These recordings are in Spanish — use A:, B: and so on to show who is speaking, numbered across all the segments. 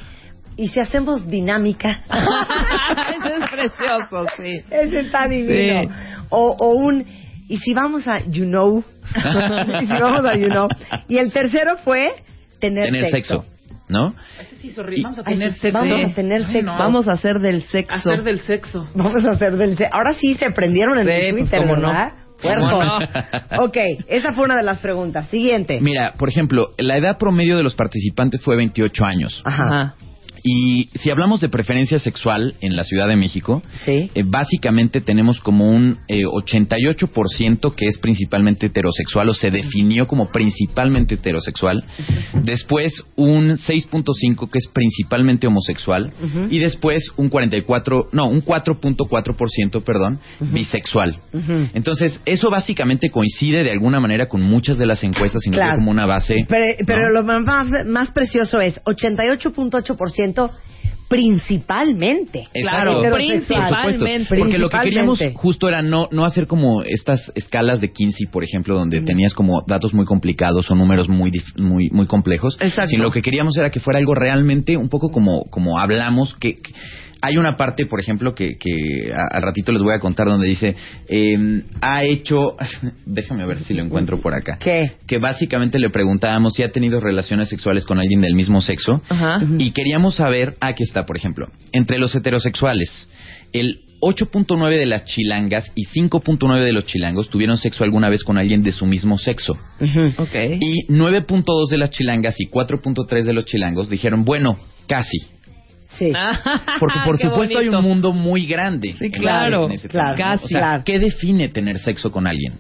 A: ¿y si hacemos dinámica?
B: Eso es precioso, sí.
A: Ese está divino.
B: Sí.
A: O, o un, ¿y si vamos a You Know? ¿Y si vamos a You Know? Y el tercero fue tener,
C: Tener sexo, ¿no?
D: Vamos a
A: Ay,
D: tener
A: sí,
D: sexo.
A: Vamos a tener sexo. Vamos
B: a hacer del sexo.
D: Hacer del sexo.
A: Vamos a hacer del sexo. Ahora sí se prendieron en
D: Sí,
A: el
D: pues,
A: Twitter,
D: cómo no.
A: ¿verdad?
C: ¿Cómo
A: Puercos.
C: no?
A: Ok, esa fue una de las preguntas. Siguiente.
C: Mira, por ejemplo, la edad promedio de los participantes fue 28 años.
A: Ajá.
C: Y si hablamos de preferencia sexual en la Ciudad de México, eh, básicamente tenemos como un eh, 88% que es principalmente heterosexual o se definió como principalmente heterosexual. Después un 6.5% que es principalmente homosexual.
E: Ujú.
C: Y después un 44%, no, un 4.4%, perdón, bisexual. Entonces, eso básicamente coincide de alguna manera con muchas de las encuestas y nos
A: Claro.
C: dio como una base.
A: Pero, pero
C: ¿no?
A: lo más, más precioso es 88.8% principalmente.
C: Exacto.
A: heterosexual.
C: Por supuesto. Porque lo que queríamos justo era no, no hacer como estas escalas de Kinsey, por ejemplo,
A: Mm.
C: donde tenías como datos muy complicados o números muy dif- muy muy complejos. Sino lo que queríamos era que fuera algo realmente un poco como, como hablamos, que, que- hay una parte, por ejemplo, que, que a- al ratito les voy a contar donde dice, eh, ha hecho, déjame ver si lo encuentro por acá.
A: ¿Qué?
C: Que básicamente le preguntábamos si ha tenido relaciones sexuales con alguien del mismo sexo. Y queríamos saber, aquí está, por ejemplo, entre los heterosexuales, el 8.9 de las chilangas y 5.9 de los chilangos tuvieron sexo alguna vez con alguien de su mismo sexo. Y 9.2 de las chilangas y 4.3 de los chilangos dijeron, bueno, casi.
A: Sí.
C: Porque por supuesto hay un mundo muy grande. en-
A: claro,
C: en ese
A: claro,
C: tema. O sea,
A: claro.
C: ¿qué define tener sexo con alguien?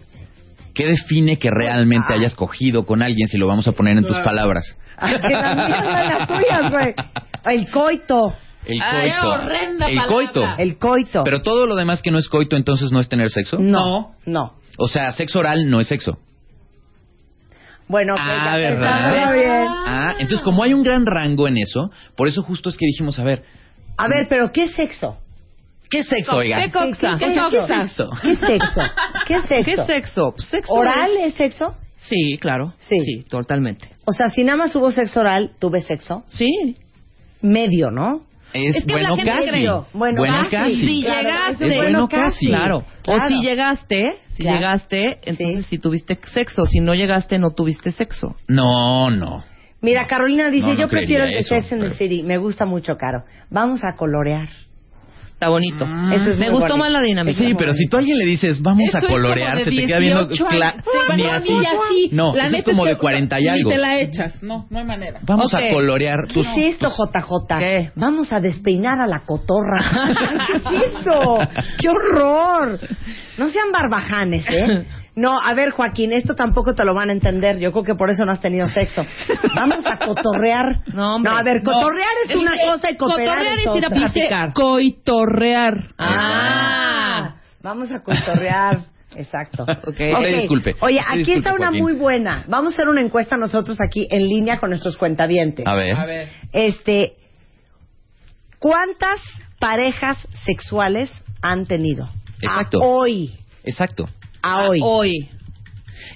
C: ¿Qué define que realmente hayas cogido con alguien si lo vamos a poner en tus
A: Ah. Claro.
C: palabras?
A: Ay, Ah, que las mías son las tuyas, güey. El coito.
C: El coito. el coito.
A: El coito.
C: Pero todo lo demás que no es coito entonces no es tener sexo?
A: No. No.
C: O sea, sexo oral no es sexo.
A: Bueno, ok, ya está,
C: Ah, ¿verdad?
A: está bien.
C: Ah, entonces como hay un gran rango en eso, por eso justo es que dijimos, a ver,
A: A ver, pero ¿qué es sexo?
C: ¿qué es sexo, oiga?
A: ¿Qué coxa?
C: ¿Qué
A: ¿Qué coxa?
C: es sexo?
A: ¿Qué es sexo? ¿Qué es sexo?
F: ¿Qué es sexo? Sexo
A: ¿Oral es sexo?
F: Sí, claro. Sí. totalmente.
A: O sea, si nada más hubo sexo oral, ¿tuve sexo?
F: Sí.
A: Medio, ¿no?
C: Es,
F: que bueno la gente casi. cree-
A: Bueno,
F: Bueno,
A: casi.
F: casi. Si llegaste.
A: es
F: Bueno, casi. Claro. O si llegaste, si
A: Claro.
F: llegaste, entonces si tuviste sexo, si no llegaste, no tuviste sexo.
C: No, no.
A: Mira, Carolina dice,
F: No, no
A: yo prefiero el de
F: creería eso,
A: Sex and the City. Me gusta mucho, Caro. Vamos a colorear.
F: Está bonito.
A: Eso es
F: Me
A: muy
F: gustó
A: bonito.
F: más la dinámica.
C: Mm. Sí, pero si tú a alguien le dices, vamos
F: Eso
C: a
F: es
C: colorear,
F: como
C: se
F: de
C: te queda viendo
F: 18
C: cla-
F: años.
C: ni
D: Bueno,
C: así.
D: ni así.
C: No,
D: La
C: eso es
D: neta
C: como
D: es que
C: de 40 y
D: ni
C: algo.
D: te la echas. No, no hay manera.
C: Vamos a colorear
A: ¿Qué
C: tus-
A: es esto, JJ? Vamos a despeinar a la cotorra. ¿Qué es eso? ¡Qué horror! No sean barbajanes, ¿eh? No, a ver, Joaquín, esto tampoco te lo van a entender. Yo creo que por eso no has tenido sexo. Vamos a cotorrear. No, a ver,
B: No.
A: cotorrear es
B: Dice,
A: una cosa y cooperar
B: cotorrear
A: es,
B: es ir a
A: otra.
B: platicar.
D: Coitorrear.
A: Ah, vamos a cotorrear. Exacto. Ok.
C: Usted disculpe.
A: Oye,
C: Usted
A: aquí
C: disculpe,
A: está una
C: Joaquín.
A: muy buena. Vamos a hacer una encuesta nosotros aquí en línea con nuestros cuentavientes.
C: A ver.
D: A ver.
A: Este, ¿cuántas parejas sexuales han tenido?
C: Exacto.
A: A hoy,
C: Exacto.
A: a hoy.
F: hoy.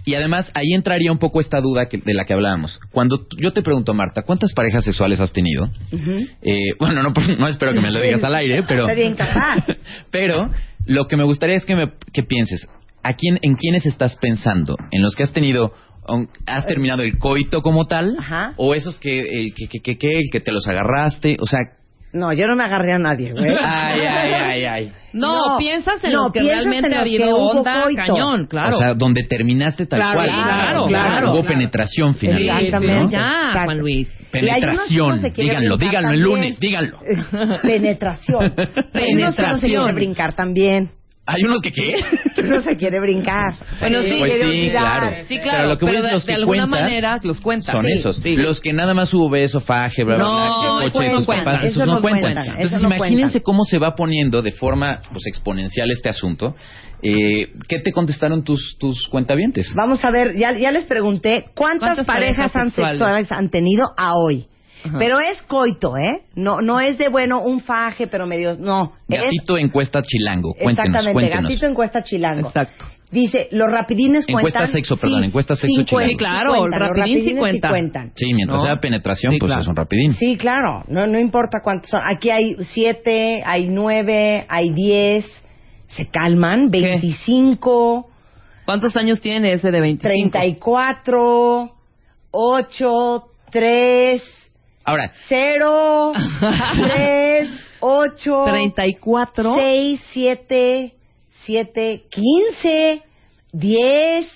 C: Y además ahí entraría un poco esta duda que- de la que hablábamos. Cuando t- yo te pregunto, Marta, ¿cuántas parejas sexuales has tenido? pues, Eh, bueno, no, no espero que me lo digas al aire, pero...
A: Está bien capaz.
C: Pero Lo que me gustaría es que, me, que pienses, ¿a quién, ¿en quiénes estás pensando? ¿En los que has tenido, un- has terminado el coito como tal? ¿O esos que, el que, que, que, que, el que te los agarraste? O sea,
A: No, yo no me agarré a nadie, güey.
C: ay, ay, ay, ay.
F: No, piensas en los que
A: piensas
F: realmente
A: en
F: ha
A: los
F: habido
A: que hubo
F: onda
A: coito.
F: cañón, claro.
C: O sea, donde terminaste tal
F: Claro,
C: cual.
F: claro, claro,
C: Hubo
F: claro.
C: penetración finalmente.
A: Exactamente.
C: ¿no?
F: ya, Juan Luis.
C: Penetración. díganlo, díganlo el lunes, díganlo.
A: Penetración. Hay unos que no se quiere
F: Penetración.
A: brincar también.
C: ¿Hay unos que qué?
A: Que No se quiere brincar.
F: Bueno, sí,
C: Pues
F: que
C: sí,
F: Dios dirá.
C: claro.
F: Sí,
C: Pero
F: claro,
C: lo que voy
F: pero
C: es
F: de,
C: los
F: de
C: que
F: alguna
C: cuentas
F: manera los cuentas.
C: Son
F: Sí,
C: esos.
F: sí.
C: Los que nada más hubo beso, faje, bla, bla,
F: No,
C: bla, que coche de
F: esos
C: tus
F: no cuentan.
C: papás, esos
F: Esos
C: no
F: no
C: cuentan.
F: cuentan,
C: Entonces
F: esos no
C: imagínense
F: cuentan.
C: cómo se va poniendo de forma pues, exponencial este asunto. Eh, ¿Qué te contestaron tus, tus cuentavientes?
A: Vamos a ver, ya, ya les pregunté cuántas, parejas,
F: ¿Cuántas parejas
A: han
F: sexuales?
A: sexuales han tenido a hoy.
C: Ajá.
A: Pero es coito, ¿eh? No, no es de bueno un faje, pero medio. No. es-
C: Gatito encuesta chilango. Cuéntenos,
A: exactamente,
C: cuéntenos.
A: gatito encuesta chilango.
F: Exacto.
A: Dice, los rapidines
C: Encuesta
A: cuentan.
C: sexo, perdón, encuesta sexo chilango.
A: cuentan,
C: Sí,
F: claro,
A: cuentan, los
F: rapidín sí
A: rapidines sí
F: cuenta.
A: cuentan.
C: Sí, mientras
F: No.
C: sea penetración, pues es un rapidín.
A: Sí, claro, no, no importa cuántos son. Aquí hay siete, hay nueve, hay diez, se calman, 25,
F: ¿Cuántos años tiene ese de 25?
A: 34, 8, 3,
C: Ahora,
A: 0, 3, 8,
F: 34.
A: 6, 7, 7, 15, 10.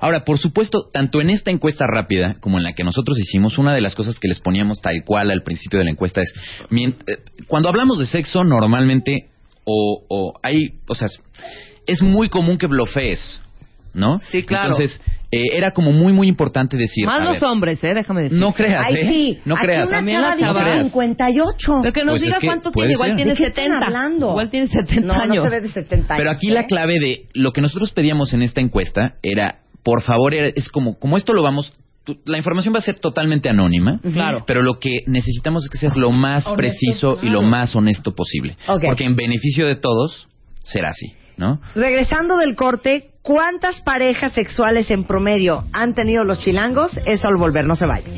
C: Ahora, por supuesto, tanto en esta encuesta rápida como en la que nosotros hicimos, una de las cosas que les poníamos tal cual al principio de la encuesta es, mien- eh, cuando hablamos de sexo, normalmente, o, o hay, o sea, es muy común que blofees, ¿no?
F: Sí, claro.
C: Entonces, eh, era como muy, muy importante decir...
F: Más
C: a
F: los
C: ver,
F: hombres, ¿eh? Déjame decir.
C: No creas,
A: Ay,
C: ¿eh?
A: sí.
C: No
A: Aquí
C: creas.
A: una
F: También
A: chava
F: la
A: dijo
F: chava.
A: 58.
F: Pero que nos
C: Pues es
F: diga
C: que
F: cuánto
C: puede
F: tiene. Igual
C: ser.
F: tiene
A: ¿De qué están
F: 70.
A: hablando?
F: Igual tiene 70
A: No,
F: años.
A: no se ve de 70
C: Pero
A: años,
C: aquí la
A: ¿eh?
C: clave de lo que nosotros pedíamos en esta encuesta era, por favor, era- es como, como esto lo vamos, tú- la información va a ser totalmente anónima,
F: Claro.
C: pero lo que necesitamos es que seas lo más
D: Honesto,
C: preciso y lo
D: claro.
C: más honesto posible,
A: Ok.
C: porque en beneficio de todos será así, ¿no?
A: Regresando del corte, ¿cuántas parejas sexuales en promedio han tenido los chilangos? Eso al volver, no se vayan.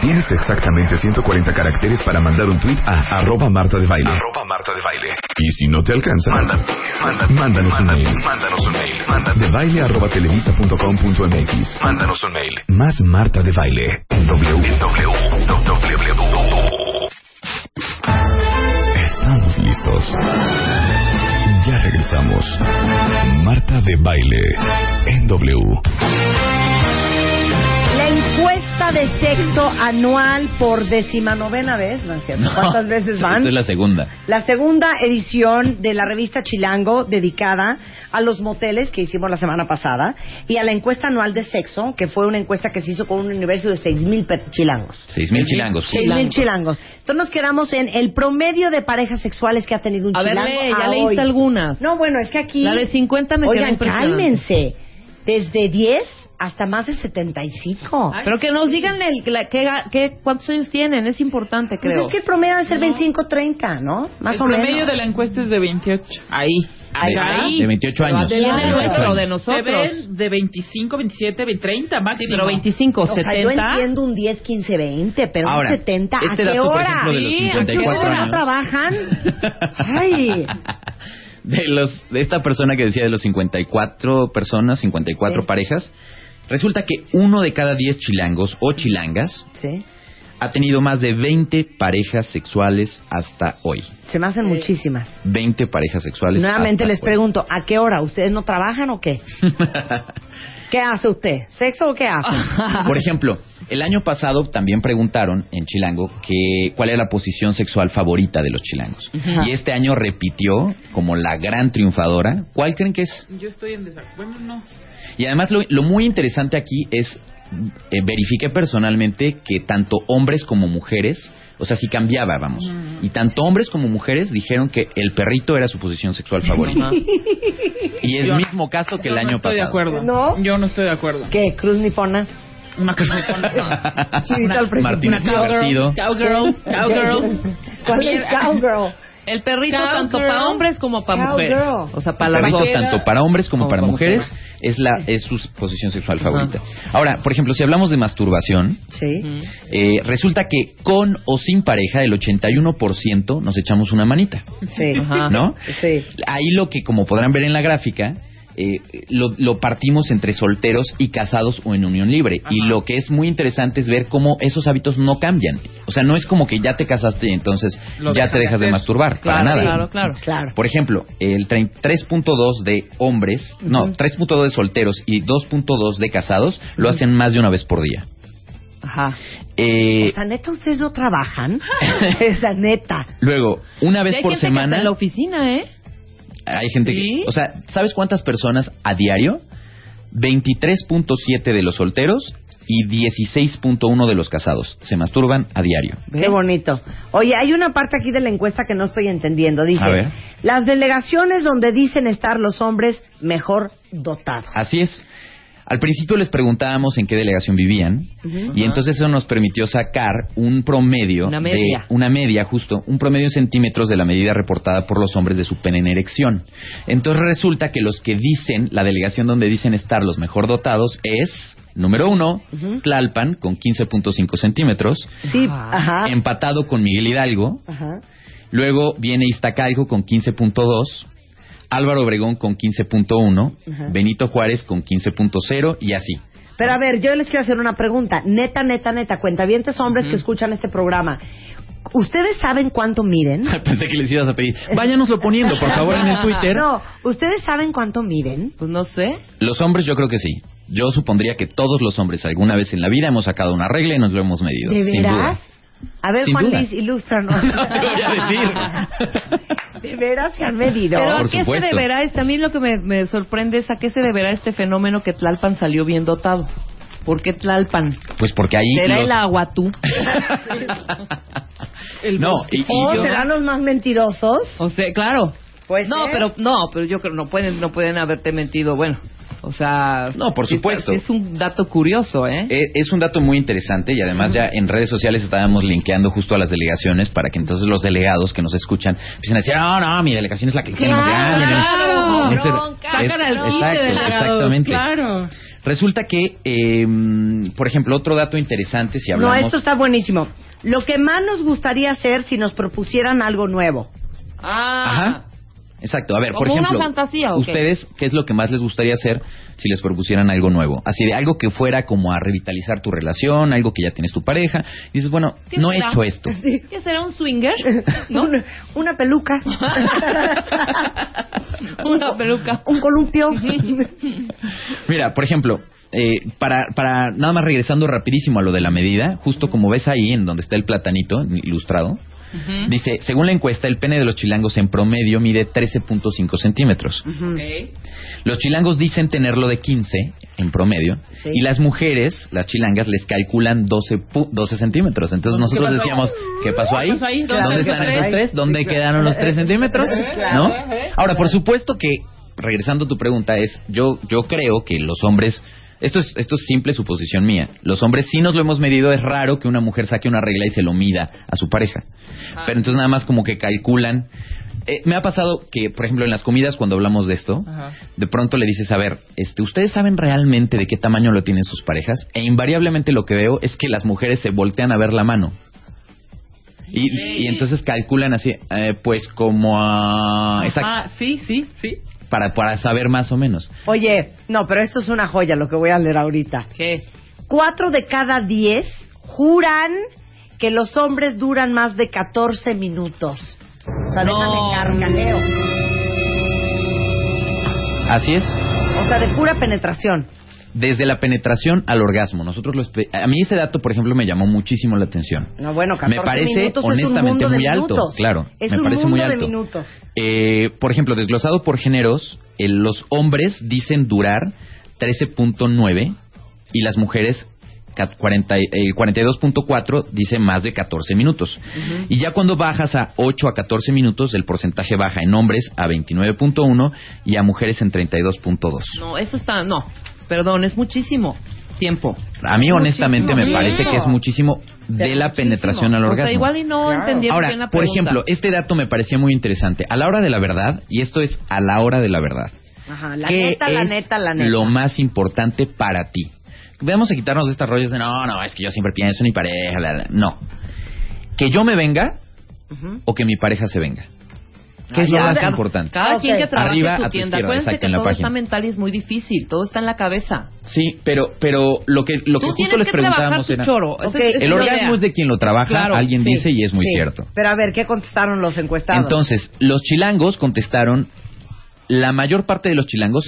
G: Tienes exactamente 140 caracteres para mandar un tweet a arroba Marta de Baile. Arroba Marta de Baile. Y si no te alcanza, mándanos un mail. Mándanos un mail. De baile arroba televisa.com.mx. Mándanos un mail. Más Marta de Baile. En W. Estamos listos. Ya regresamos. Marta de Baile. En W.
A: La encuesta de sexo anual por decimanovena vez, ¿no es cierto? ¿Cuántas veces van?
C: Esta es la segunda.
A: La segunda edición de la revista Chilango dedicada a los moteles que hicimos la semana pasada y a la encuesta anual de sexo, que fue una encuesta que se hizo con un universo de 6.000 pe- chilangos.
C: Seis mil chilangos.
A: Seis mil chilangos. Entonces nos quedamos en el promedio de parejas sexuales que ha tenido un
F: A ver,
A: chilango.
F: lee,
A: a
F: ya leíste
A: Ah, hoy.
F: algunas.
A: No, bueno, es que aquí.
F: La de 50 me quedó
A: Oigan,
F: impresionante.
A: cálmense. Desde 10 hasta más de 75.
F: Pero que nos digan el, la- qué ga- qué- cuántos años tienen. Es importante,
A: Pues
F: creo.
A: es que el promedio debe ser 25, 30, ¿no? Más
D: el
A: o
D: promedio
A: menos.
D: de la encuesta es de 28.
F: Ah, Ahí.
C: De,
D: Ahí.
C: de 28 años.
F: Pero
D: Ah,
F: adelante,
C: De 28
F: nuestro,
C: años.
F: de nosotros.
D: Te ven de 25, 27, 20, 30
F: Sí,
D: máximo.
F: pero 25,
A: O
F: 70.
A: sea, yo entiendo un 10, 15, 20, pero
C: Ahora,
A: un 70, ¿a
C: este
A: qué
C: dato, por
A: hora?
C: ejemplo, de los
A: Sí, ¿A qué
C: 54
A: hora
C: años?
A: trabajan? Ay,
C: de los de esta persona que decía de los 54 personas, 54
A: Sí.
C: parejas, resulta que uno de cada 10 chilangos o chilangas
A: sí,
C: ha tenido más de 20 parejas sexuales hasta hoy.
A: se me hacen muchísimas.
C: 20 parejas sexuales.
A: Nuevamente
C: hasta
A: les
C: hoy.
A: pregunto, ¿a qué hora? ¿Ustedes no trabajan o qué? ¿Qué hace usted? ¿Sexo o qué
C: Ah.
A: hace?
C: Por ejemplo, el año pasado también preguntaron en Chilango que cuál era la posición sexual favorita de los chilangos.
A: Ujú.
C: Y este año repitió como la gran triunfadora. ¿Cuál creen que es?
D: Yo estoy en desacuerdo. Bueno, no.
C: Y además lo, lo muy interesante aquí es eh, verifiqué personalmente que tanto hombres como mujeres, o sea, si cambiaba, vamos.
D: Mm.
C: Y tanto hombres como mujeres dijeron que el perrito era su posición sexual favorita. y es el mismo caso que el
D: Yo
C: año
D: no estoy de
C: pasado.
D: acuerdo.
A: ¿No?
D: Yo no estoy de acuerdo.
A: ¿Qué? ¿Cruz nipona?
D: Una canción con...
C: Chinita al frente. Martínez
F: cowgirl,
C: divertido.
F: cowgirl, cowgirl.
A: ¿Cuál es cowgirl?
F: El perrito
A: Cowgirl.
F: tanto para hombres como para mujeres.
A: Cowgirl.
F: O sea, para
C: El
F: las
C: perrito,
F: dos.
C: tanto para hombres como para mujeres, es, la, es su posición sexual favorita. Ahora, por ejemplo, si hablamos de masturbación,
F: Mm.
A: Sí.
C: eh, resulta que con o sin pareja, el 81% nos echamos una manita.
A: Sí.
C: Ajá. ¿No?
A: Sí.
C: Ahí lo que, como podrán ver en la gráfica, eh, lo, lo partimos entre solteros y casados o en unión libre. Y lo que es muy interesante es ver cómo esos hábitos no cambian. O sea, no es como que ya te casaste y entonces
F: Lo
C: ya
F: dejas
C: te
F: de
C: dejas de
F: hacer.
C: masturbar. para
F: Claro,
C: nada.
F: claro, claro.
A: Claro.
C: Por ejemplo, el 3- 3.2 de hombres, no, 3.2 de solteros y 2.2 de casados lo hacen más de una vez por día.
F: Ajá.
C: Eh,
A: O sea, neta, ustedes no trabajan. Esa neta.
C: luego, una vez
F: Sí, hay
C: por
F: gente que hasta
C: semana,
F: En la oficina, ¿eh?
C: hay gente
F: Sí.
C: que... O sea, ¿sabes cuántas personas a diario? 23.7 de los solteros y 16.1 de los casados se masturban a diario.
A: Qué bonito. Oye, hay una parte aquí de la encuesta que no estoy entendiendo. Dice,
C: A ver.
A: las delegaciones donde dicen estar los hombres mejor dotados.
C: Así es. Al principio les preguntábamos en qué delegación vivían y entonces eso nos permitió sacar un promedio
F: Una media.
C: de una media justo, un promedio en centímetros de la medida reportada por los hombres de su pene en erección. Entonces resulta que los que dicen la delegación donde dicen estar los mejor dotados es número uno Tlalpan con 15.5 centímetros,
A: Sí,
C: Ah.
F: Ah.
A: ajá.
C: Em. empatado con Miguel Hidalgo,
A: Ajá.
C: Luego viene Iztacalco con 15.2, Álvaro Obregón con 15.1,
A: Ajá.
C: Benito Juárez con 15.0 y así.
A: Pero a ver, yo les quiero hacer una pregunta. Neta, neta, neta. Cuentavientes hombres que escuchan este programa. ¿Ustedes saben cuánto miden?
C: Pensé que les ibas a pedir, váyanoslo poniendo, por favor, en el Twitter.
A: No, ¿ustedes saben cuánto miden?
F: Pues no sé.
C: Los hombres yo creo que sí. Yo supondría que todos los hombres alguna vez en la vida hemos sacado una regla y nos lo hemos medido.
A: ¿De
C: sin
A: veras?
C: duda.
A: A ver,
C: Sin
A: Juan
C: duda.
A: Luis, ilústranos.
C: No te voy a decir.
A: ¿De veras se han medido?
F: Pero
C: por
F: ¿a qué
C: supuesto.
F: se deberá? Este, a mí lo que me, me sorprende es a qué se deberá este fenómeno que Tlalpan salió bien dotado. ¿Por qué Tlalpan?
C: Pues porque ahí...
F: ¿Será
C: los-
F: el aguatú?
C: No, y, y
A: ¿O
C: yo-
A: serán los más mentirosos?
F: O sea, claro.
A: Pues
F: No,
A: ¿eh?
F: pero no, pero yo creo no pueden no pueden haberte mentido, bueno. O sea,
C: No, por
F: sí,
C: supuesto.
F: Es, un dato curioso, ¿eh?
C: Eh, Es un dato muy interesante y además ya en redes sociales estábamos linkeando justo a las delegaciones para que entonces los delegados que nos escuchan empiecen a decir, no, no, mi delegación es la que tiene más grande".
D: claro,
C: Ese-
D: bronca,
C: es-
D: sacan al quite
C: exacto,
D: delegados,
C: exactamente.
D: Claro.
C: Resulta que, eh, por ejemplo, otro dato interesante si
A: No,
C: hablamos...
A: esto está buenísimo. Lo que más nos gustaría hacer si nos propusieran algo nuevo.
F: Ah.
C: Ajá. Exacto. A ver, por
F: Como una
C: ejemplo,
F: fantasía, ¿o qué?
C: ustedes, ¿qué es lo que más les gustaría hacer si les propusieran algo nuevo? Así de algo que fuera como a revitalizar tu relación, algo que ya tienes tu pareja. Y dices, bueno,
F: ¿Qué
C: no he
F: será?
C: hecho esto.
F: ¿Qué será un swinger? ¿No?
A: Un- una peluca.
F: Una peluca.
A: Un columpio.
C: Mira, por ejemplo, eh, para, para nada más regresando rapidísimo a lo de la medida, justo como ves ahí en donde está el platanito ilustrado, dice, según la encuesta, el pene de los chilangos en promedio mide 13.5 centímetros. Los chilangos dicen tenerlo de 15 en promedio
A: Sí.
C: y las mujeres, las chilangas, les calculan 12, pu- 12 centímetros. Entonces nosotros
D: pasó?
C: decíamos, ¿qué pasó ahí?
D: ¿Qué pasó ahí?
C: ¿Dónde
D: Claro,
C: están
D: ¿qué
C: esos
D: tres?
C: tres? ¿Dónde
A: Sí, claro.
C: quedaron los 3 centímetros?
D: Claro,
C: ¿No?
D: ajá,
C: Ahora, por supuesto que, regresando a tu pregunta, es yo, yo creo que los hombres... Esto es, esto es simple suposición mía. Los hombres sí nos lo hemos medido. Es raro que una mujer saque una regla y se lo mida a su pareja. Pero entonces nada más como que calculan. Eh, me ha pasado que, por ejemplo, en las comidas cuando hablamos de esto,
D: Ajá.
C: de pronto le dices, a ver, este, ¿ustedes saben realmente de qué tamaño lo tienen sus parejas? E invariablemente lo que veo es que las mujeres se voltean a ver la mano. Y, y entonces calculan así, eh, pues como a... Exacto,
D: Ah, sí, sí, sí.
C: para, para saber más o menos.
A: Oye, no, pero esto es una joya lo que voy a leer ahorita.
F: ¿Qué?
A: Cuatro de cada diez juran que los hombres duran más de 14 minutos. O sea, dejan de carcajeo.
C: Así es.
A: O sea, de pura penetración.
C: Desde la penetración al orgasmo. Nosotros lo espe- A mí ese dato, por ejemplo, me llamó muchísimo la atención.
A: No, bueno, 14
C: Me parece,
A: minutos es un
C: honestamente,
A: mundo de
C: muy alto,
A: minutos.
C: claro,
A: Es
C: me
A: un
C: parece
A: mundo
C: muy
A: de
C: alto.
A: minutos.
C: Eh, por ejemplo, desglosado por géneros, eh, los hombres dicen durar 13.9 y las mujeres ca- 40 y- eh, 42.4 dice más de 14 minutos. Y ya cuando bajas a 8 a 14 minutos, el porcentaje baja en hombres a 29.1 y a mujeres en 32.2.
F: No, eso está no. Perdón, es muchísimo tiempo.
C: A mí honestamente me
F: Muchísimo.
C: parece que es muchísimo de la penetración al
F: O
C: orgasmo.
F: sea, igual y no entendieron
C: Ahora,
F: bien la
C: por
F: pregunta.
C: ejemplo, este dato me parecía muy interesante. A la hora de la verdad, y esto es a la hora de la verdad,
A: Ajá, la
C: ¿Qué
A: neta, la
C: es
A: neta, la neta.
C: lo más importante para ti. Vamos a quitarnos de estas rollas de no, no, es que yo siempre pienso en mi pareja. la, la". No. Que yo me venga o que mi pareja se venga. ¿Qué es lo
F: Ah, Ya,
C: más
F: cada-
C: importante?
F: Cada quien que trabaja
C: Arriba
F: en
C: a
F: su
C: tu
F: tienda.
C: izquierda,
F: Acuérdense
C: exacto,
F: que
C: en la
F: todo
C: página.
F: está mental y es muy difícil. Todo está en la cabeza.
C: Sí, pero pero lo que lo
F: Tú
C: que justo
F: tienes
C: les
F: que
C: preguntábamos
F: trabajar tu
C: era
F: choro. Esa es- esa es
C: el
F: la
C: orgasmo
F: idea.
C: es de quien lo trabaja,
F: Claro,
C: alguien
F: sí.
C: dice y es muy
A: Sí.
C: cierto.
A: Pero a ver, ¿qué contestaron los encuestados?
C: Entonces, los chilangos contestaron la mayor parte de los chilangos,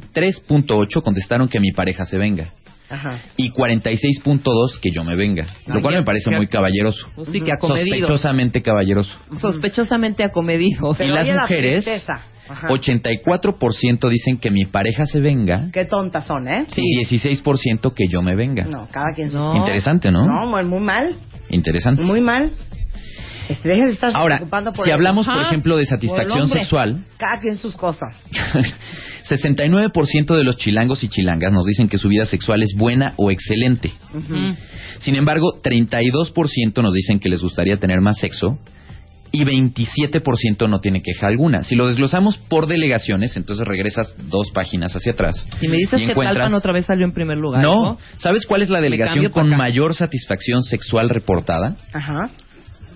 C: 53.8 contestaron que mi pareja se venga
A: Ajá.
C: y 46.2 que yo me venga, lo
A: Ah,
F: Ay,
C: cual
F: ya,
C: me parece
F: ya.
C: muy caballeroso.
F: Pues sí, que acomedido.
C: Sospechosamente caballeroso.
F: Sospechosamente acomedido.
C: Y las
F: oye, la
C: mujeres,
F: tristeza.
A: Ajá.
C: 84% dicen que mi pareja se venga
A: Qué tontas son, ¿eh?
C: y 16% que yo me venga.
A: No, cada quien
C: No. Interesante, ¿no?
A: No, muy, muy mal,
C: Interesante.
A: muy mal. Este, dejen de estar
C: Ahora,
A: preocupando por
C: si
A: el-
C: hablamos, por
A: Ajá.
C: ejemplo, de
A: Por el
C: satisfacción
A: hombre.
C: sexual.
A: Cada quien sus cosas.
C: 69% de los chilangos y chilangas nos dicen que su vida sexual es buena o excelente. Sin embargo, 32% nos dicen que les gustaría tener más sexo y 27% no tiene queja alguna. Si lo desglosamos por delegaciones, entonces regresas dos páginas hacia atrás.
F: Si me dices
C: y
F: que
C: encuentras-
F: Talpan otra vez salió en primer lugar.
C: No, ¿sabes cuál es la
F: Me
C: delegación
F: cambio pa'
C: con
F: acá.
C: mayor satisfacción sexual reportada?
A: Ajá.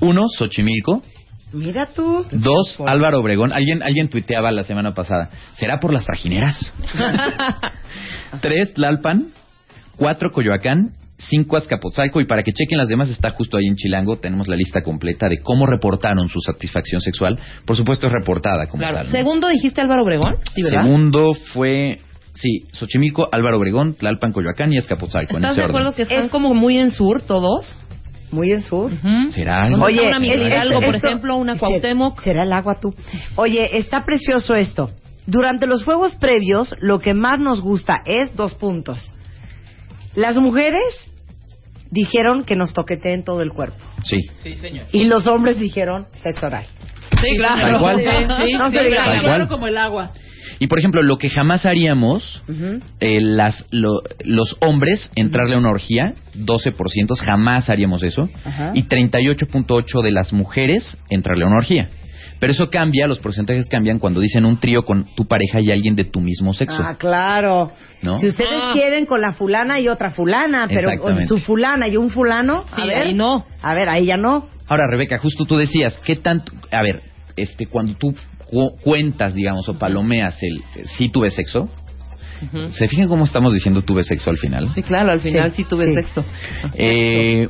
C: Uno, Xochimilco.
A: Mira tú.
C: Dos, Álvaro Obregón. Alguien, alguien tuiteaba la semana pasada. ¿Será por las trajineras? Tres, Tlalpan. Cuatro, Coyoacán. Cinco, Azcapotzalco. Y para que chequen las demás, está justo ahí en Chilango. Tenemos la lista completa de cómo reportaron su satisfacción sexual. Por supuesto, es reportada como
F: Claro.
C: tal. ¿no?
F: Segundo dijiste Álvaro Obregón. Sí, ¿verdad?
C: Segundo fue... Sí, Xochimilco, Álvaro Obregón, Tlalpan, Coyoacán y Azcapotzalco. en
F: ¿Estás
C: ese
F: de acuerdo
C: orden.
F: que están como muy en sur todos?
A: Muy en sur.
C: ¿Será?
F: Oye, una
A: es-
F: Miguel Hidalgo,
A: es-
F: por
A: esto-
F: ejemplo, una Cuauhtémoc.
A: Será el agua tú. Oye, está precioso esto. Durante los juegos previos, lo que más nos gusta es dos puntos. Las mujeres dijeron que nos toqueteen todo el cuerpo.
C: Sí.
D: Sí, señor.
A: Y los hombres dijeron sexo oral.
D: Sí,
A: claro.
C: Tal cual.
D: Sí, sí,
A: No se
D: sí,
A: diga.
D: claro,
C: Tal cual.
D: como el agua.
C: Y por ejemplo, lo que jamás haríamos, eh, las, lo- los hombres entrarle a una orgía, 12% jamás haríamos eso,
H: Ajá.
C: y 38.8% de las mujeres entrarle a una orgía. Pero eso cambia, los porcentajes cambian cuando dicen un trío con tu pareja y alguien de tu mismo sexo.
A: Ah, claro.
C: ¿No?
A: Si ustedes quieren con la fulana y otra fulana, pero
C: Exactamente.
A: su fulana y un fulano, a
F: Sí,
A: ver,
F: ahí no.
A: A ver, ahí ya no.
C: Ahora, Rebeca, justo tú decías, ¿qué tanto? A ver, este, cuando tú cu- cuentas, digamos, o palomeas el eh, sí tuve sexo,
F: Ujú.
C: ¿se fijan cómo estamos diciendo tuve sexo al final?
F: Sí, claro, al final sí, tuve sexo.
C: Eh,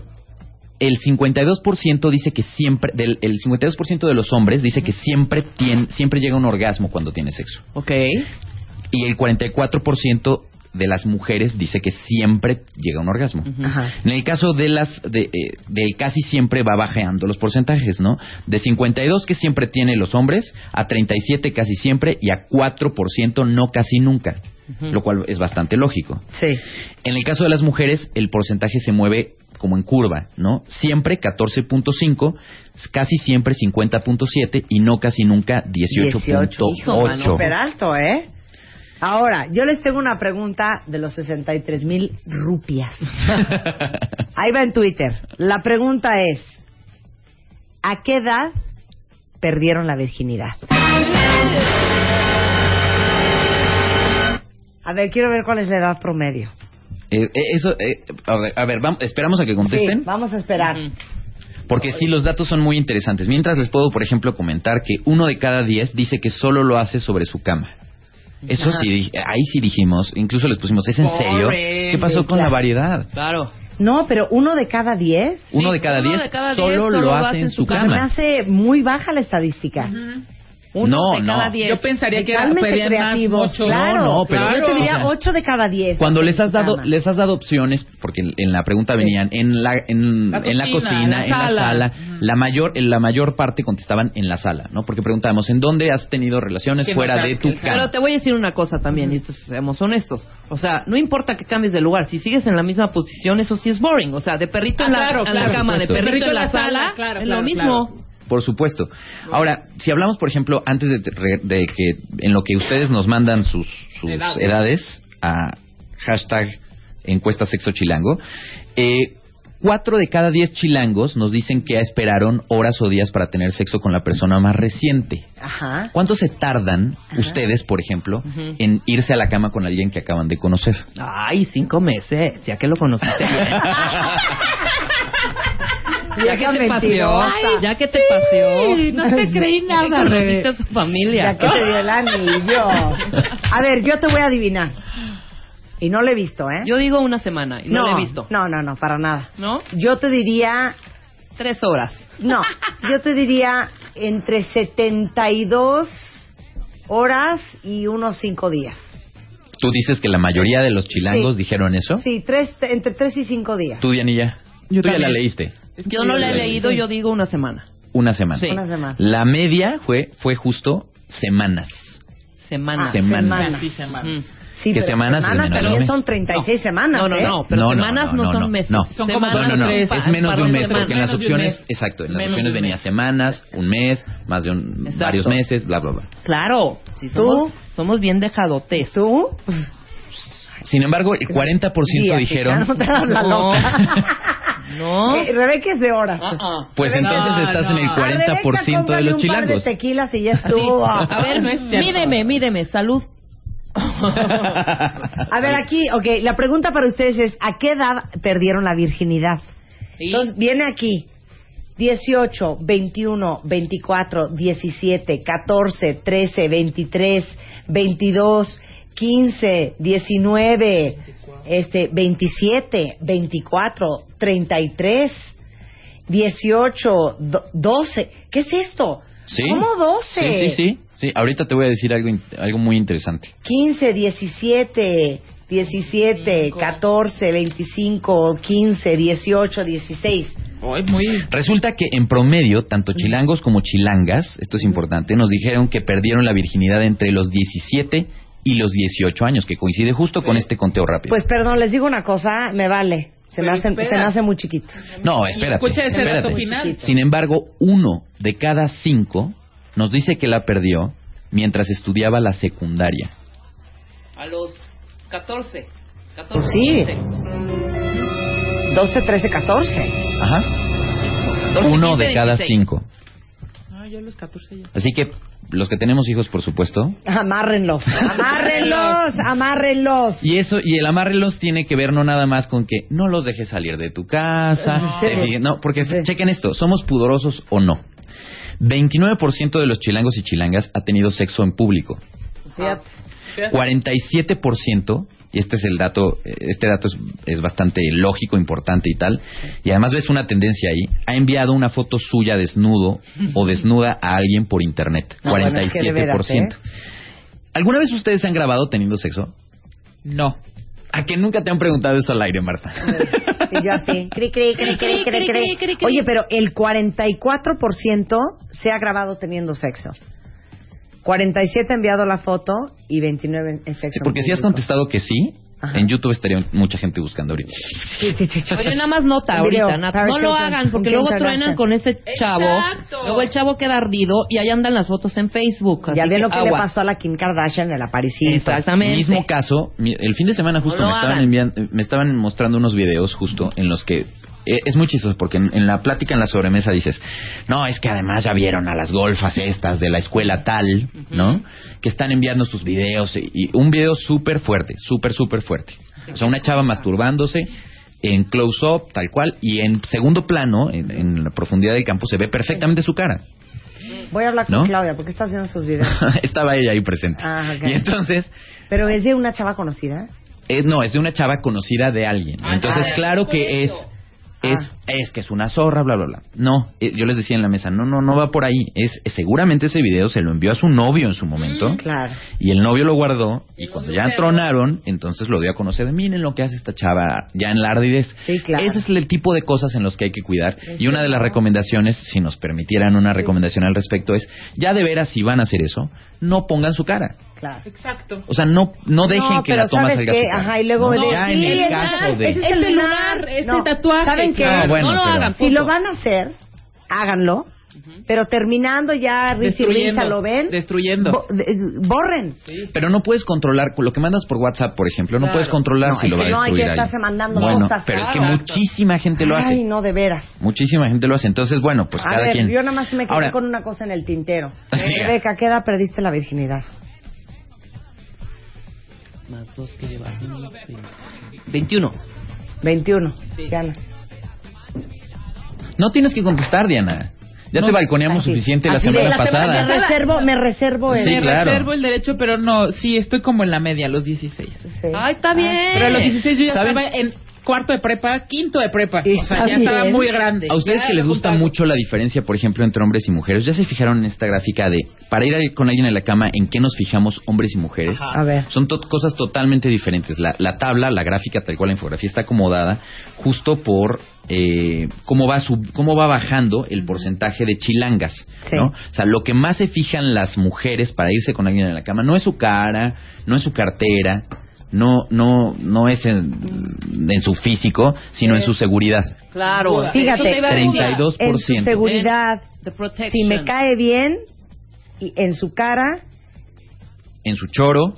C: el 52% dice que siempre, del, el 52% de los hombres dice que siempre tien- siempre llega un orgasmo cuando tiene sexo.
F: Ok.
C: Y el 44% de las mujeres dice que siempre llega un orgasmo. En el caso de las, de, eh, del casi siempre va bajando los porcentajes, ¿no? De 52 que siempre tienen los hombres, a 37 casi siempre y a 4% no casi nunca, lo cual es bastante lógico.
A: Sí.
C: En el caso de las mujeres, el porcentaje se mueve como en curva, ¿no? Siempre 14.5, casi siempre 50.7 y no casi nunca
A: 18, mano,
C: 18.8.
A: pero alto, ¿eh? Ahora, yo les tengo una pregunta de los 63 mil rupias. Ahí va en Twitter. La pregunta es, ¿a qué edad perdieron la virginidad? A ver, quiero ver cuál es la edad promedio.
C: Eh, eh, eso, eh, a ver, a ver, vam- esperamos a que contesten.
A: Sí, vamos a esperar.
C: Porque sí, los datos son muy interesantes. Mientras les puedo, por ejemplo, comentar que uno de cada diez dice que solo lo hace sobre su cama. Eso
A: Ajá.
C: sí, di- ahí sí dijimos, incluso les pusimos, ¿es en serio?
A: Pobre,
C: ¿Qué pasó
A: sí,
C: con
A: claro.
C: la variedad?
F: Claro.
A: No, pero uno de cada diez.
C: Uno de cada
F: uno
C: diez
F: de cada diez
C: solo, lo hace en su
A: Se me
C: cama.
A: hace muy baja la estadística.
C: Uno No, de cada no.
D: Yo pensaría que
A: Cálmense,
D: serían más
A: creativos.
D: ocho.
A: Claro,
C: No, no, pero-
A: yo te diría
C: Claro.
A: 8 de cada 10.
C: Cuando les has dado les has dado opciones, porque en- en la pregunta venían en la en en
A: La
C: la cocina, en la
A: cocina, la sala.
C: sala, la mayor en la mayor parte contestaban en la sala, ¿no? Porque preguntábamos en dónde has tenido relaciones
F: Que no
C: fuera
F: sea-
C: de tu
F: que-
C: cama.
F: Pero te voy a decir una cosa también, y esto seamos honestos. O sea, no importa que cambies de lugar, si sigues en la misma posición, eso sí es boring. O sea, de perrito en,
D: Ah,
F: la,
D: claro,
F: en la
C: claro,
F: cama, de
C: supuesto.
F: perrito,
D: Perrito
F: en la sala,
D: claro, claro,
F: es lo mismo.
C: Por supuesto. Ahora, si hablamos, por ejemplo, antes de, de que en lo que ustedes nos mandan sus, sus
F: Edades.
C: edades. a hashtag encuesta Sexo Chilango, eh, cuatro de cada diez chilangos nos dicen que esperaron horas o días para tener sexo con la persona más reciente.
A: Ajá.
C: ¿Cuánto se tardan ustedes, por ejemplo,
F: Ujú.
C: en irse a la cama con alguien que acaban de conocer?
F: Ay, cinco meses. Ya que lo conociste.
B: Ya que te paseó. Ay, ya que te paseó. No te creí nada,
A: Rebe.
B: Rebe. a su familia.
A: Ya que te dio el anillo. A ver, yo te voy a adivinar. Y no lo he visto, ¿eh?
F: Yo digo una semana y no,
A: lo
F: la he visto.
A: No, no, no, para nada.
F: ¿No?
A: Yo te diría...
F: Tres horas.
A: No, yo te diría entre 72 horas y unos cinco días.
C: ¿Tú dices que la mayoría de los chilangos dijeron eso?
A: Sí, tres, entre tres y cinco días.
C: ¿Tú, Yanilla?
F: Yo
C: Tú ya la
F: también.
C: leíste.
F: Yo no la he leído, yo digo una semana.
C: Una semana.
F: Sí.
A: Una semana.
C: La media fue, fue justo semanas.
F: Semana. Mm.
C: Ah, semanas.
F: Sí, semanas.
A: Sí,
C: ¿Qué
A: pero
C: semanas?
A: semanas
C: Es menor de
A: también
C: un
A: son 36 semanas,
F: No, no,
A: ¿eh?
F: no, Oh, pero semanas no, son meses.
C: No,
F: Son como
C: no, no,
F: semanas
C: no.
F: de-
C: Es
F: pa-
C: menos de
F: par
C: un
F: de
C: mes, porque en las
F: semanas. Menos de un
C: opciones,
F: mes.
C: exacto, en las
F: Menos
C: opciones
F: de un
C: venía
F: mes.
C: semanas, un mes, más de un,
F: Exacto.
C: varios meses, bla, bla, bla.
F: Claro. Si
A: ¿Tú?
F: somos, somos bien dejadotes.
A: ¿Tú?
C: Sin embargo, el 40%
A: Días,
C: dijeron,
A: ya no te hagas la
F: No.
A: loca.
F: No.
A: Eh, Rebeca es de horas.
F: Ah,
C: pues entonces estás en el
A: A Rebeca,
C: 40% de
A: cómprale
C: los
A: un par
C: chilangos.
A: de tequilas y ya estuvo.
F: A ver, no es cierto.
B: Míreme, míreme, salud.
A: A ver, aquí, ok, la pregunta para ustedes es, ¿a qué edad perdieron la virginidad?
F: Sí.
A: Entonces, viene aquí, 18, 21, 24, 17, 14, 13, 23, 22, 15, 19, este, 27, 24, 33, 18, do- 12. ¿Qué es esto?
C: ¿Sí?
A: ¿Cómo 12?
C: Sí, sí, sí. Sí, ahorita te voy a decir algo, in- algo muy interesante.
A: 15, 17, 17, 14, 25, 15, 18, 16.
C: Resulta que en promedio, tanto chilangos como chilangas, esto es importante, nos dijeron que perdieron la virginidad entre los 17 y los 18 años, que coincide justo con este conteo rápido.
A: Pues perdón, les digo una cosa, me vale. Se me,
D: Pero
A: hace,
D: espera.
A: se me hace muy chiquito.
C: no, espérate.
D: escucha ese dato
C: espérate.
D: final.
C: Sin embargo, uno de cada cinco nos dice que la perdió mientras estudiaba la secundaria.
F: A los 14. 14
A: Pues sí. 12, 13, 14.
C: Ajá. Uno de cada cinco.
D: Ah,
C: Así que los que tenemos hijos, por supuesto.
A: Amárrenlos, amárrenlos, amárrenlos.
C: Y eso y el amárrelos tiene que ver no nada más con que no los dejes salir de tu casa,
A: Sí.
C: te fijes- no, porque chequen esto, somos pudorosos o no. 29% de los chilangos y chilangas ha tenido sexo en público.
B: Ah.
A: Fíjate.
C: 47%, y este es el dato, eh, este dato es, es bastante lógico, importante y tal, y además ves una tendencia ahí, ha enviado una foto suya desnudo o desnuda a alguien por internet.
A: No, bueno, es que de
C: 47%.
A: veras, ¿eh?
C: ¿Alguna vez ustedes se han grabado teniendo sexo? No. ¿A que nunca te han preguntado eso al aire, Marta?
A: Sí, yo sí. Cri, cri, cri, cri, cri, cri, cri. Oye, pero el 44% se ha grabado teniendo sexo. 47 ha enviado la foto y 29 en sexo.
C: Sí, porque
A: en
C: si has
A: público.
C: contestado que sí,
A: Ajá.
C: en YouTube estaría mucha gente buscando ahorita.
A: Sí, sí, sí, sí.
B: Oye, nada más nota
A: Un
B: ahorita,
A: video,
B: Nat.
A: Paris
B: No lo
A: Hilton,
B: hagan porque
A: un
B: luego
A: Kim
B: truenan
A: Kardashian.
B: con ese chavo.
F: Exacto.
B: Luego el chavo queda ardido y ahí andan las fotos en Facebook.
A: Ya
B: así
A: ven lo que le
B: aguas.
A: pasó a la Kim Kardashian en la Paris Hilton.
B: Exactamente.
C: Mismo caso, mi- el fin de semana justo
B: No lo
C: me, estaban
B: hagan.
C: enviando- me estaban mostrando unos videos justo en los que eh, es muy chistoso porque en, en la plática en la sobremesa dices, no, es que además ya vieron a las golfas estas de la escuela tal, ¿no? Que están enviando sus videos y, y un video súper fuerte, súper, súper fuerte. O sea, una chava masturbándose en close-up, tal cual, y en segundo plano, en, en la profundidad del campo, se ve perfectamente su cara.
A: Voy a hablar con
C: ¿No?
A: Claudia porque está haciendo sus videos.
C: Estaba ella ahí presente.
A: Ah, ok.
C: Y entonces,
A: Pero es de una chava conocida.
C: Eh, no, es de una chava conocida de alguien.
F: Ah,
C: Entonces,
F: ya,
C: claro
F: por
C: que es,
F: eso.
C: es,
A: Ah.
C: es que es una zorra, bla, bla, bla. No, eh, yo les decía en la mesa, no, no, no va por ahí. Es, es- seguramente ese video se lo envió a su novio en su momento.
A: Mm, Claro.
C: Y el novio lo guardó y
F: El
C: cuando
F: novio
C: ya
F: se-
C: tronaron, entonces lo dio a conocer. Miren lo que hace esta chava ya en la ardidez.
A: Sí, claro.
C: Ese es el tipo de cosas en los que hay que cuidar. Y una de las recomendaciones, si nos permitieran una recomendación al respecto, es ya de veras si van a hacer eso, no pongan su cara.
A: Claro.
F: Exacto.
C: O sea, no, no dejen
A: No,
C: que
A: pero
C: la toma
A: ¿sabes
C: salga
A: qué?
C: su cara.
A: Ajá, y luego
C: No,
A: de-
C: ya
A: sí,
C: en el
A: es-
C: caso
A: ese
C: de...
A: es el lunar.
B: este
A: No.
B: tatuaje.
A: ¿Saben qué?
C: No, bueno,
B: no lo
C: pero-
B: hagan.
A: Si
B: punto.
A: lo van a hacer, háganlo Pero terminando ya, risa y
C: Destruyendo,
A: risa, lo ven.
C: destruyendo.
A: Bo- de- borren.
C: Pero no puedes controlar lo que mandas por WhatsApp, por ejemplo, no
A: Claro.
C: puedes controlar
A: No,
C: si
A: es
C: lo va
A: que
C: a
A: no, hay
C: destruir
A: que
C: ahí.
A: estarse mandando
C: bueno,
A: cosas,
C: pero es que
A: claro.
C: muchísima gente lo hace.
A: Ay, no, de veras.
C: Muchísima gente lo hace. Entonces, bueno, pues
A: a
C: cada
A: ver,
C: quien.
A: yo nada más me quedé
C: Ahora-
A: con una cosa en el tintero.
C: Diga.
A: Rebeca, ¿qué edad perdiste la virginidad?
F: Más dos que lleva. 21.
A: 21. Diana.
C: No tienes que contestar, Diana. Ya te balconeamos suficiente la
A: Así
C: semana
A: de-
C: pasada.
A: Me reservo, me reservo el...
C: Sí,
E: Me
C: claro.
E: reservo el derecho, pero no, sí, estoy como en la media, a los 16.
F: Ay, está bien.
E: Pero a los 16 yo ya
C: ¿Saben?
E: estaba en cuarto de prepa, quinto de prepa. O sea, ya estaba muy grande.
C: A ustedes
E: Ya
C: que les
E: era
C: gusta mucho la diferencia, por ejemplo, entre hombres y mujeres, ¿ya se fijaron en esta gráfica de para ir a- con alguien a la cama, en qué nos fijamos hombres y mujeres?
A: Ajá. A ver.
C: Son to- cosas totalmente diferentes. La, la tabla, la gráfica, tal cual la infografía, está acomodada justo por eh, cómo, va sub- cómo va bajando el porcentaje de chilangas. ¿no? O sea, lo que más se fijan las mujeres para irse con alguien a la cama no es su cara, no es su cartera. No, no, no es en, en su físico, sino en su seguridad.
F: Claro.
A: Fíjate,
F: Eso te iba a decir.
C: 32%.
A: en su seguridad,
F: The protection.
A: si me cae bien, y en su cara,
C: en su choro,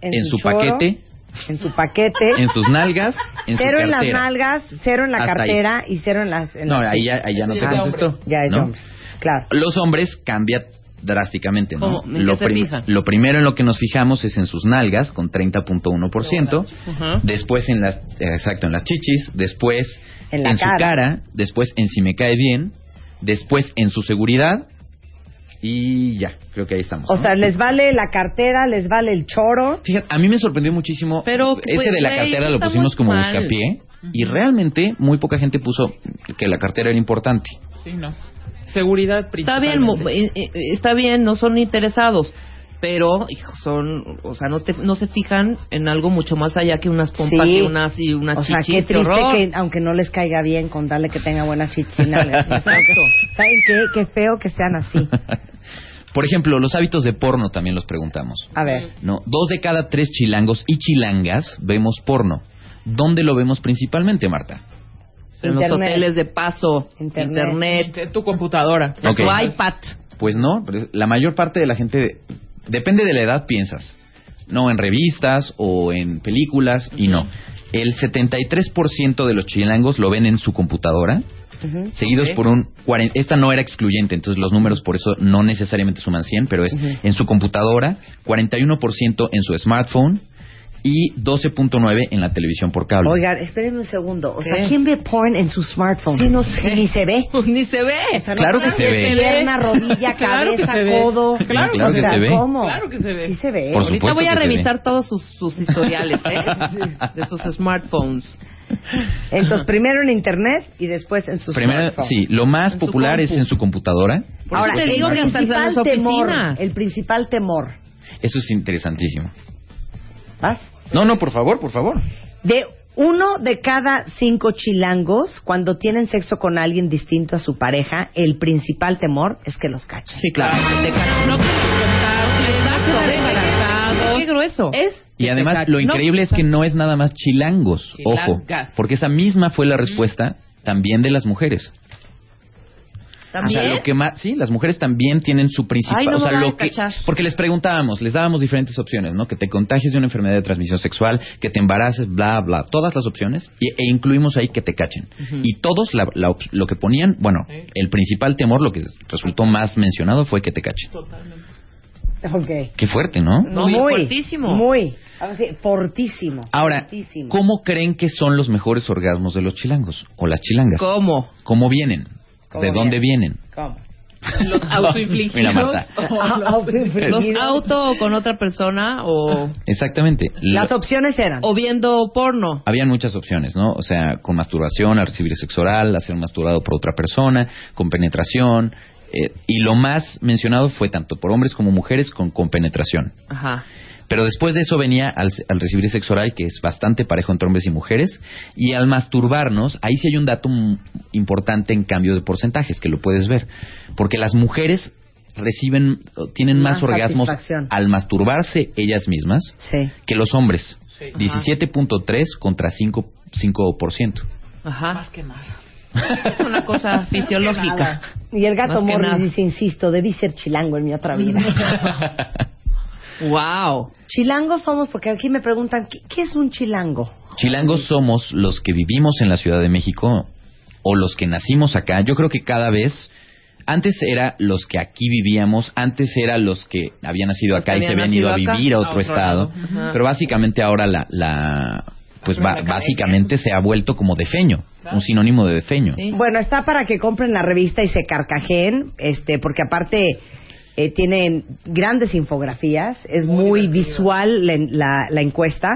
A: en,
C: en, su,
A: choro,
C: paquete,
A: en su paquete,
C: en sus nalgas, en su
A: cero en las
C: cartera.
A: nalgas, cero en la
C: Hasta ahí.
A: cartera y cero en las... en
C: No,
A: las
C: ahí ya,
A: chicas.
C: ahí ya no te contestó.
A: Ya es
C: ¿no?
A: hombre, claro.
C: Los hombres cambia drásticamente, ¿no?
A: ¿Cómo? ¿En qué
C: Lo,
A: se
C: prim-
A: fijan?
C: lo primero en lo que nos fijamos es en sus nalgas con 30.1%, después en las eh, exacto, en las chichis, después
A: En la
C: su
A: cara.
C: cara, después en si me cae bien, después en su seguridad y ya, creo que ahí estamos.
A: O
C: ¿no?
A: sea, les vale la cartera, les vale el choro.
C: Fíjate, a mí me sorprendió muchísimo.
A: Pero, pues,
C: Ese de la cartera lo pusimos como buscapié y realmente muy poca gente puso que la cartera era importante.
E: Sí, no. Seguridad
F: Está bien, mo- eh, eh, está bien, no son interesados, pero hijo, son, o sea, no te, no se fijan en algo mucho más allá que unas pompas
A: Sí.
F: y unas y unas
A: o sea,
F: chichis,
A: qué
F: qué
A: triste
F: horror.
A: que aunque no les caiga bien con darle que tenga buenas chichis y nalgas.
F: Exacto.
A: ¿Saben qué? Qué feo que sean así.
C: Por ejemplo, los hábitos de porno también los preguntamos.
A: A ver.
C: No, dos de cada tres chilangos y chilangas vemos porno. ¿Dónde lo vemos principalmente, Marta?
F: En los
E: Internet.
F: hoteles de paso,
E: Internet.
F: internet,
E: tu computadora,
F: en
C: Ok.
F: tu iPad.
C: Pues no, pero la mayor parte de la gente depende de la edad piensas. No en revistas o en películas y no. El 73% de los chilangos lo ven en su computadora. seguidos por un 40, esta no era excluyente, entonces los números por eso no necesariamente suman 100, pero es en su computadora, 41% en su smartphone y 12.9 en la televisión por cable.
A: Oigan, espérenme un segundo. O sea,
C: ¿Qué?
A: ¿quién ve porn en su smartphone? Sí, no, sé, ni se ve.
F: ni se ve.
C: Claro que se ve.
A: Pierna, rodilla,
F: Claro que
A: cabeza,
F: se ve.
A: codo.
F: Claro
C: que se ve.
A: ¿Cómo?
F: Claro
A: que se ve. Sí se ve.
C: Por
F: Ahorita
C: supuesto
F: voy a
C: que se ve.
F: revisar todos sus, sus historiales, ¿eh? de sus smartphones.
A: Entonces, primero en internet y después en su
C: Primero,
A: smartphone.
C: sí, lo más popular es
A: compu.
C: en su computadora.
F: Por eso te digo que hasta en las
A: principal temor,
F: oficinas.
A: el principal temor
C: Eso es interesantísimo.
A: ¿Vas?
C: No, no, por favor, por favor.
A: de uno de cada cinco chilangos cuando tienen sexo con alguien distinto a su pareja, el principal temor es que los cachen.
F: Sí, claro. Te Ah, cacho. No Exacto, Qué grueso. Es
C: Y además, lo
F: No,
C: increíble es que no es nada más chilangos, ojo,
F: Chilangas.
C: porque esa misma fue la respuesta también de las mujeres.
F: también.
C: O sea, lo que más, sí, las mujeres también tienen su principal,
F: Ay, no
C: o sea,
F: me van
C: lo
F: a
C: que,
F: cachar.
C: porque les preguntábamos, les dábamos diferentes opciones, ¿no? Que te contagies de una enfermedad de transmisión sexual, que te embaraces, bla, bla, todas las opciones, y- e incluimos ahí que te cachen. Y todos la- la op- lo que ponían, bueno, el principal temor, lo que resultó más mencionado fue que te cachen.
A: Ok.
C: Qué fuerte, ¿no?
A: muy fortísimo. Muy. Ahora sí, fortísimo.
C: Ahora,
A: fortísimo.
C: ¿cómo creen que son los mejores orgasmos de los chilangos o las chilangas?
F: ¿Cómo?
C: ¿Cómo vienen?
A: ¿Cómo
C: ¿De dónde vienen?
A: ¿Cómo?
E: Los autoinfligidos.
C: Mira, Marta.
F: Los auto o con otra persona o
C: Exactamente. Lo-
A: opciones eran
F: o viendo porno.
C: Habían muchas opciones, ¿no? O sea, con masturbación, al recibir sexo oral, a ser masturbado por otra persona, con penetración. eh, y lo más mencionado fue tanto por hombres como mujeres con, con penetración.
F: Ajá.
C: Pero después de eso venía al, al recibir sexo oral, que es bastante parejo entre hombres y mujeres. Y al masturbarnos, ahí sí hay un dato mm, importante en cambio de porcentajes, que lo puedes ver. Porque las mujeres reciben, o tienen más,
A: Más
C: orgasmos
A: satisfacción.
C: al masturbarse ellas mismas
A: Sí.
C: que los hombres.
A: Sí.
C: 17.3 contra 5, 5%.
F: Ajá. Más
E: que nada.
F: Es una cosa fisiológica.
A: Y el gato
F: Más que
A: Morris
F: nada.
A: dice, insisto, debí ser chilango en mi otra vida.
F: wow.
A: Chilangos somos, porque aquí me preguntan, ¿qué, qué es un chilango?
C: Chilangos somos los que vivimos en la Ciudad de México o los que nacimos acá. Yo creo que cada vez antes era los que aquí vivíamos, antes era los que habían nacido acá
F: que
C: y se
F: habían
C: habían ido a
F: nacido acá,
C: vivir a
F: a
C: otro,
F: otro
C: estado.
F: lado. Ajá.
C: Pero básicamente ahora la, la pues ba- básicamente se ha vuelto como defeño, un sinónimo de defeño.
A: Bueno, está para que compren la revista y se carcajeen, este, porque aparte eh, tienen grandes infografías, es muy, visual la, en- la- la encuesta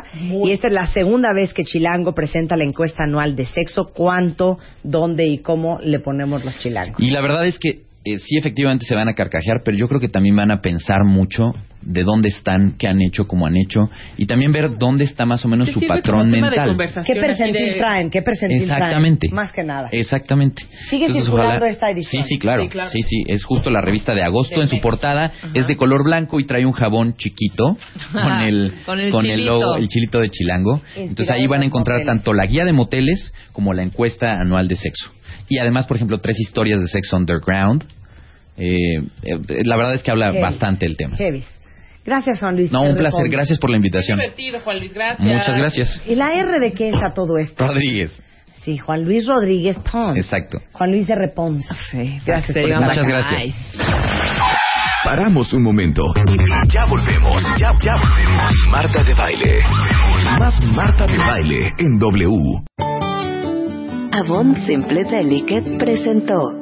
A: y esta es la segunda vez que Chilango presenta la encuesta anual de sexo, cuánto, dónde y cómo le ponemos los chilangos.
C: Y la verdad es que eh, sí, efectivamente se van a carcajear, pero yo creo que también van a pensar mucho de dónde están, qué han hecho, cómo han hecho, y también ver dónde está más o menos su patrón mental.
A: ¿Qué percentil
F: de-
A: traen? ¿Qué percentil
C: Exactamente.
A: traen? Más que nada.
C: Exactamente.
A: Sigue circulando esta edición.
C: Sí, sí, claro.
A: Sí,
C: Sí,
A: claro.
C: sí, es justo la revista de agosto.
A: Del
C: en su
A: mes.
C: portada es de color blanco y trae un jabón chiquito con el,
F: Con el chilito.
C: logo, el chilito de chilango.
F: Inspirado
C: Entonces ahí
F: en
C: van a
F: los
C: encontrar
F: moteles.
C: tanto la guía de moteles como la encuesta anual de sexo. Y además, por ejemplo, tres historias de sexo underground. Eh, eh, la verdad es que habla
A: Heavy.
C: bastante el tema.
A: Heavis. Gracias, Juan Luis.
C: No, un placer.
A: Terrejón.
C: Gracias por la invitación.
F: divertido, Juan Luis. Gracias.
C: Muchas gracias.
A: ¿Y la R de qué es a todo esto?
C: Rodríguez.
A: Sí, Juan Luis Rodríguez Pons.
C: Exacto.
A: Juan Luis R. Pons. Gracias
C: Pues
A: por estar
G: Muchas
A: acá.
G: gracias. Paramos un momento. Ya volvemos. Ya, ya volvemos. Marta de baile. Más Marta de baile en W.
I: Avon Simple Delicate presentó